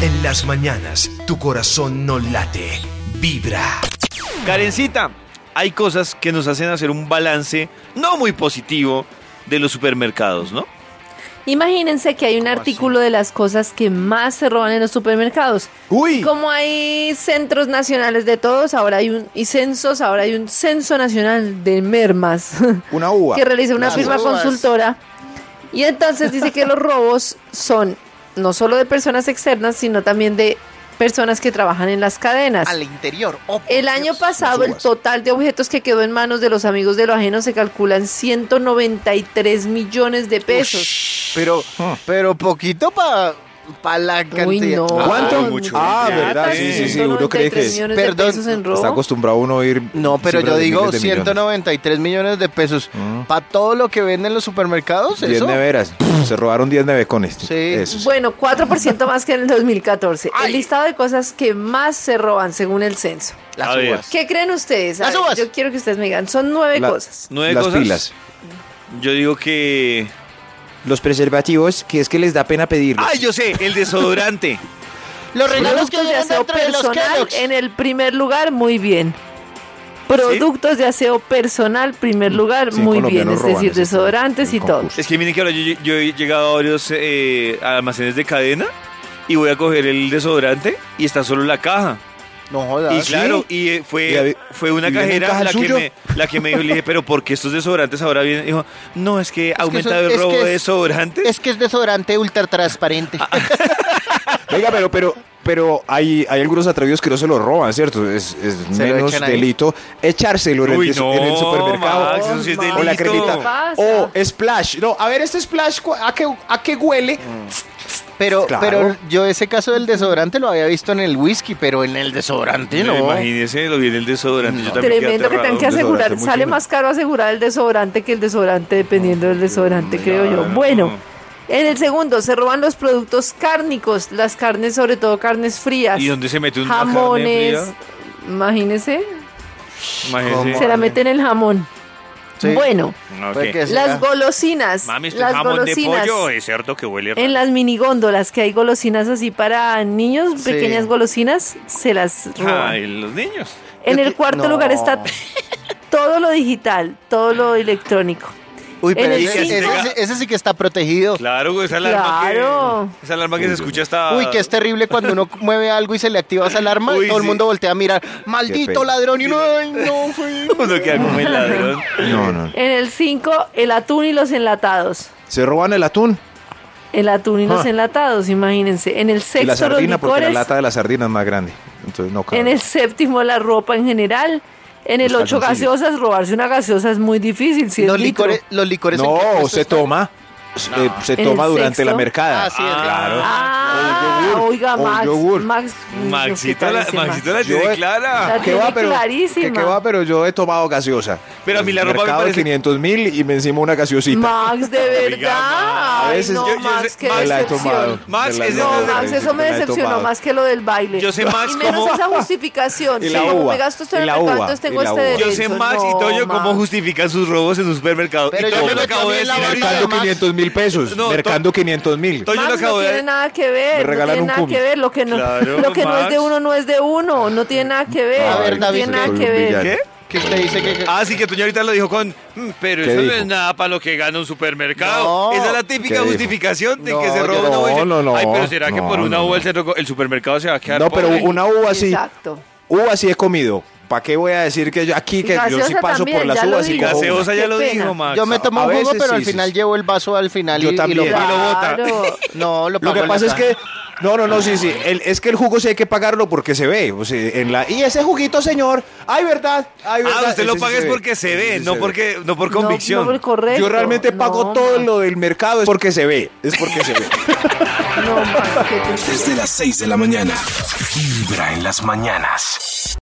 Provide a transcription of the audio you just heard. En las mañanas, tu corazón no late, vibra. Karencita, hay cosas que nos hacen hacer un balance no muy positivo de los supermercados, ¿no? Imagínense que hay un artículo de las cosas que más se roban en los supermercados. Uy. Como hay centros nacionales de todos, ahora hay un y censos, ahora hay un censo nacional de mermas Una uva. que realiza una Las firma uvas. consultora. Y entonces dice que los robos son no solo de personas externas, sino también de personas que trabajan en las cadenas. al interior. Oh, por El año Dios. pasado el uvas. total de objetos que quedó en manos de los amigos de lo ajeno se calculan 193 millones de pesos. Pero, pero poquito para pa la cantidad. Uy, no. ¿Cuánto? Ay, Ah, mucho. ah, plata, verdad, sí, sí, sí, uno 193 cree que es- millones de Perdón, pesos en robo. está acostumbrado uno a oír. No, pero siempre yo de digo miles de millones. 193 millones de pesos. Mm. Para todo lo que venden los 10 supermercados, pues, eso. neveras. Se robaron 10 nevecones. Sí. Eso. Bueno, 4% más que en el 2014. El listado de cosas que más se roban según el censo. A Las ver. uvas. ¿Qué creen ustedes? Las uvas. Yo quiero que ustedes me digan. Son nueve La- cosas. Nueve las cosas. pilas. Yo digo que... Los preservativos, que es que les da pena pedirlos. ¡Ay, yo sé! El desodorante. Los regalos que Productos de vienen aseo dentro de los personal Kellogg's. en el primer lugar, muy bien. Productos de aseo personal, primer lugar, Mm, Sí, muy colombianos bien. Es roban decir, ese desodorantes y todo. concurso. Es que miren que ahora yo, yo he llegado a varios eh, almacenes de cadena y voy a coger el desodorante y está solo la caja. No jodas. Y claro, y eh, Ah, ¿Y había- fue, fue una y viene en cajera caja el la que, suyo? me, la que me dijo, le dije, pero ¿por qué estos desodorantes ahora vienen? Dijo, no, es que ha aumentado son- es el robo que de es- desodorantes. Es que es desodorante ultra transparente. Venga, pero, pero, pero hay, hay algunos atrevidos que no se lo roban, ¿cierto? Es, es Se lo menos echan ahí. delito echárselo en, Uy, el, des- no, en el supermercado. Max, eso sí es Max. o la delito. ¿Qué cremita. pasa? O splash. No, a ver, este splash, ¿cu- ¿a qué, a qué huele? Pero, Claro. pero yo ese caso del desodorante lo había visto en el whisky, pero en el desodorante No, no. Imagínese, lo viene el desodorante. Yo también quedé Tremendo que tengan que aterrado. Desodorante asegurar. muy Sale fino. más caro asegurar el desodorante que el desodorante, dependiendo del Mm, desodorante, creo yo. claro. Bueno, en el segundo, se roban los productos cárnicos, las carnes, sobre todo carnes frías, ¿Y dónde se mete un jamones. Imagínese, Imagínese. se la meten en el jamón. Sí. Bueno, No, Pues Puede ok. que sea. las golosinas. Mami, esto es las jamón de golosinas. pollo, eh. es cierto que huele En raro. las minigóndolas que hay golosinas así para niños, Sí. pequeñas golosinas, se las roban. Ay, los niños. En Yo el que- cuarto no. lugar está todo lo digital, todo lo electrónico. Uy, en pero el ese, cinco- ese- ese- ese sí que está protegido. Claro, güey, esa alarma Claro. que... Esa alarma que se escucha hasta... Uy, que es terrible cuando uno mueve algo y se le activa esa alarma Ah. Uy, y todo sí. el mundo voltea a mirar. Qué ¡Maldito pena. ladrón! Y uno, ¡ay, no! fue". Uno queda como el ladrón. No, no. En el 5, el atún y los enlatados. ¿Se roban el atún? El atún y los Ah. enlatados, imagínense. En el sexto, Y la sardina, los porque la licores. lata de la sardina es más grande. Entonces no cabe. en este el séptimo, la ropa en general. En el Los 8, calzoncillos. gaseosas. Robarse una gaseosa es muy difícil. Si es Los litro. licores, los licores en qué No, puesto se están? toma. eh, se ¿En toma el durante sexo? la mercada. Ah, sí, es Ah, claro. Ah, O el yogur, oiga, o el Max. yogur. Max Maxito ¿qué tal la, ese Maxito Max? la tiene Yo- clara. La ¿Qué tiene va, pero, clarísima. que- que va, pero yo he tomado gaseosa. Pero a mí la El ropa me mercado parece- 500 mil y me encima una gaseosita. Max, de verdad. Max. A Ay, veces no, yo- yo Max, sé- qué Max, Me la he decepción. tomado. Max, Me la he es de- No, tomado. Max, eso me la he decepcionó tomado. más que lo del baile. Yo sé más y menos cómo- esa justificación. Y Sí, la como uva, me gasto esto en y el la mercado, uva, entonces tengo y la este uva. Yo derecho. sé Max No, y Toño cómo Max. justifican sus robos en los supermercados. Pero y yo Toño me lo metí acabo de en la decir. barriga ahorita. Mercando de Max. 500 mil pesos. No, to- mercando 500 mil. Toño lo Max acabo no de tiene nada que ver, Me no tiene regalaron un nada que cubi. ver, lo que no, Claro, lo que no es de Max. uno no es de uno, no tiene nada que ver, A ver, no David, tiene nada soy que un ver. villano. ¿Qué? ¿Qué usted dice que.? Ah, sí, que Toño ahorita lo dijo con. "Mm, Pero ¿Qué eso no dijo? es nada para lo que gana un supermercado. No. Esa es la ¿Qué típica dijo? justificación de No, que se yo- roba una no, bolsa. no, no, Ay, pero será que no, por una no, no. bolsa el- el supermercado se va a quedar. No, pero pobre? una uva sí. Exacto. Uva sí he comido. ¿Para qué voy a decir que yo aquí, que yo sí Gaseosa paso también, por las ya lo uvas y dije. cojo una? Gaseosa ya Qué lo pena. digo, Max. Yo me tomo a un jugo, veces pero sí, al sí, final sí. llevo el vaso al final Yo y, y también. lo pago. lo bota. Claro. No, lo Lo pago que en la pasa es caja. que. No, no, no, sí, sí. el- es que el jugo sí hay que pagarlo porque se ve. o sea, en la, y ese juguito, señor. Ay, verdad. Ay, verdad. Ah, usted lo Ese sí paga se es ve. porque se Ese ve, sí no se porque no por No, convicción. no, correcto. Yo realmente pago No, todo Max. lo del mercado es porque se ve. Es porque se ve. No, Max, qué tristeza. Desde las 6 de la mañana. Vibra en las mañanas.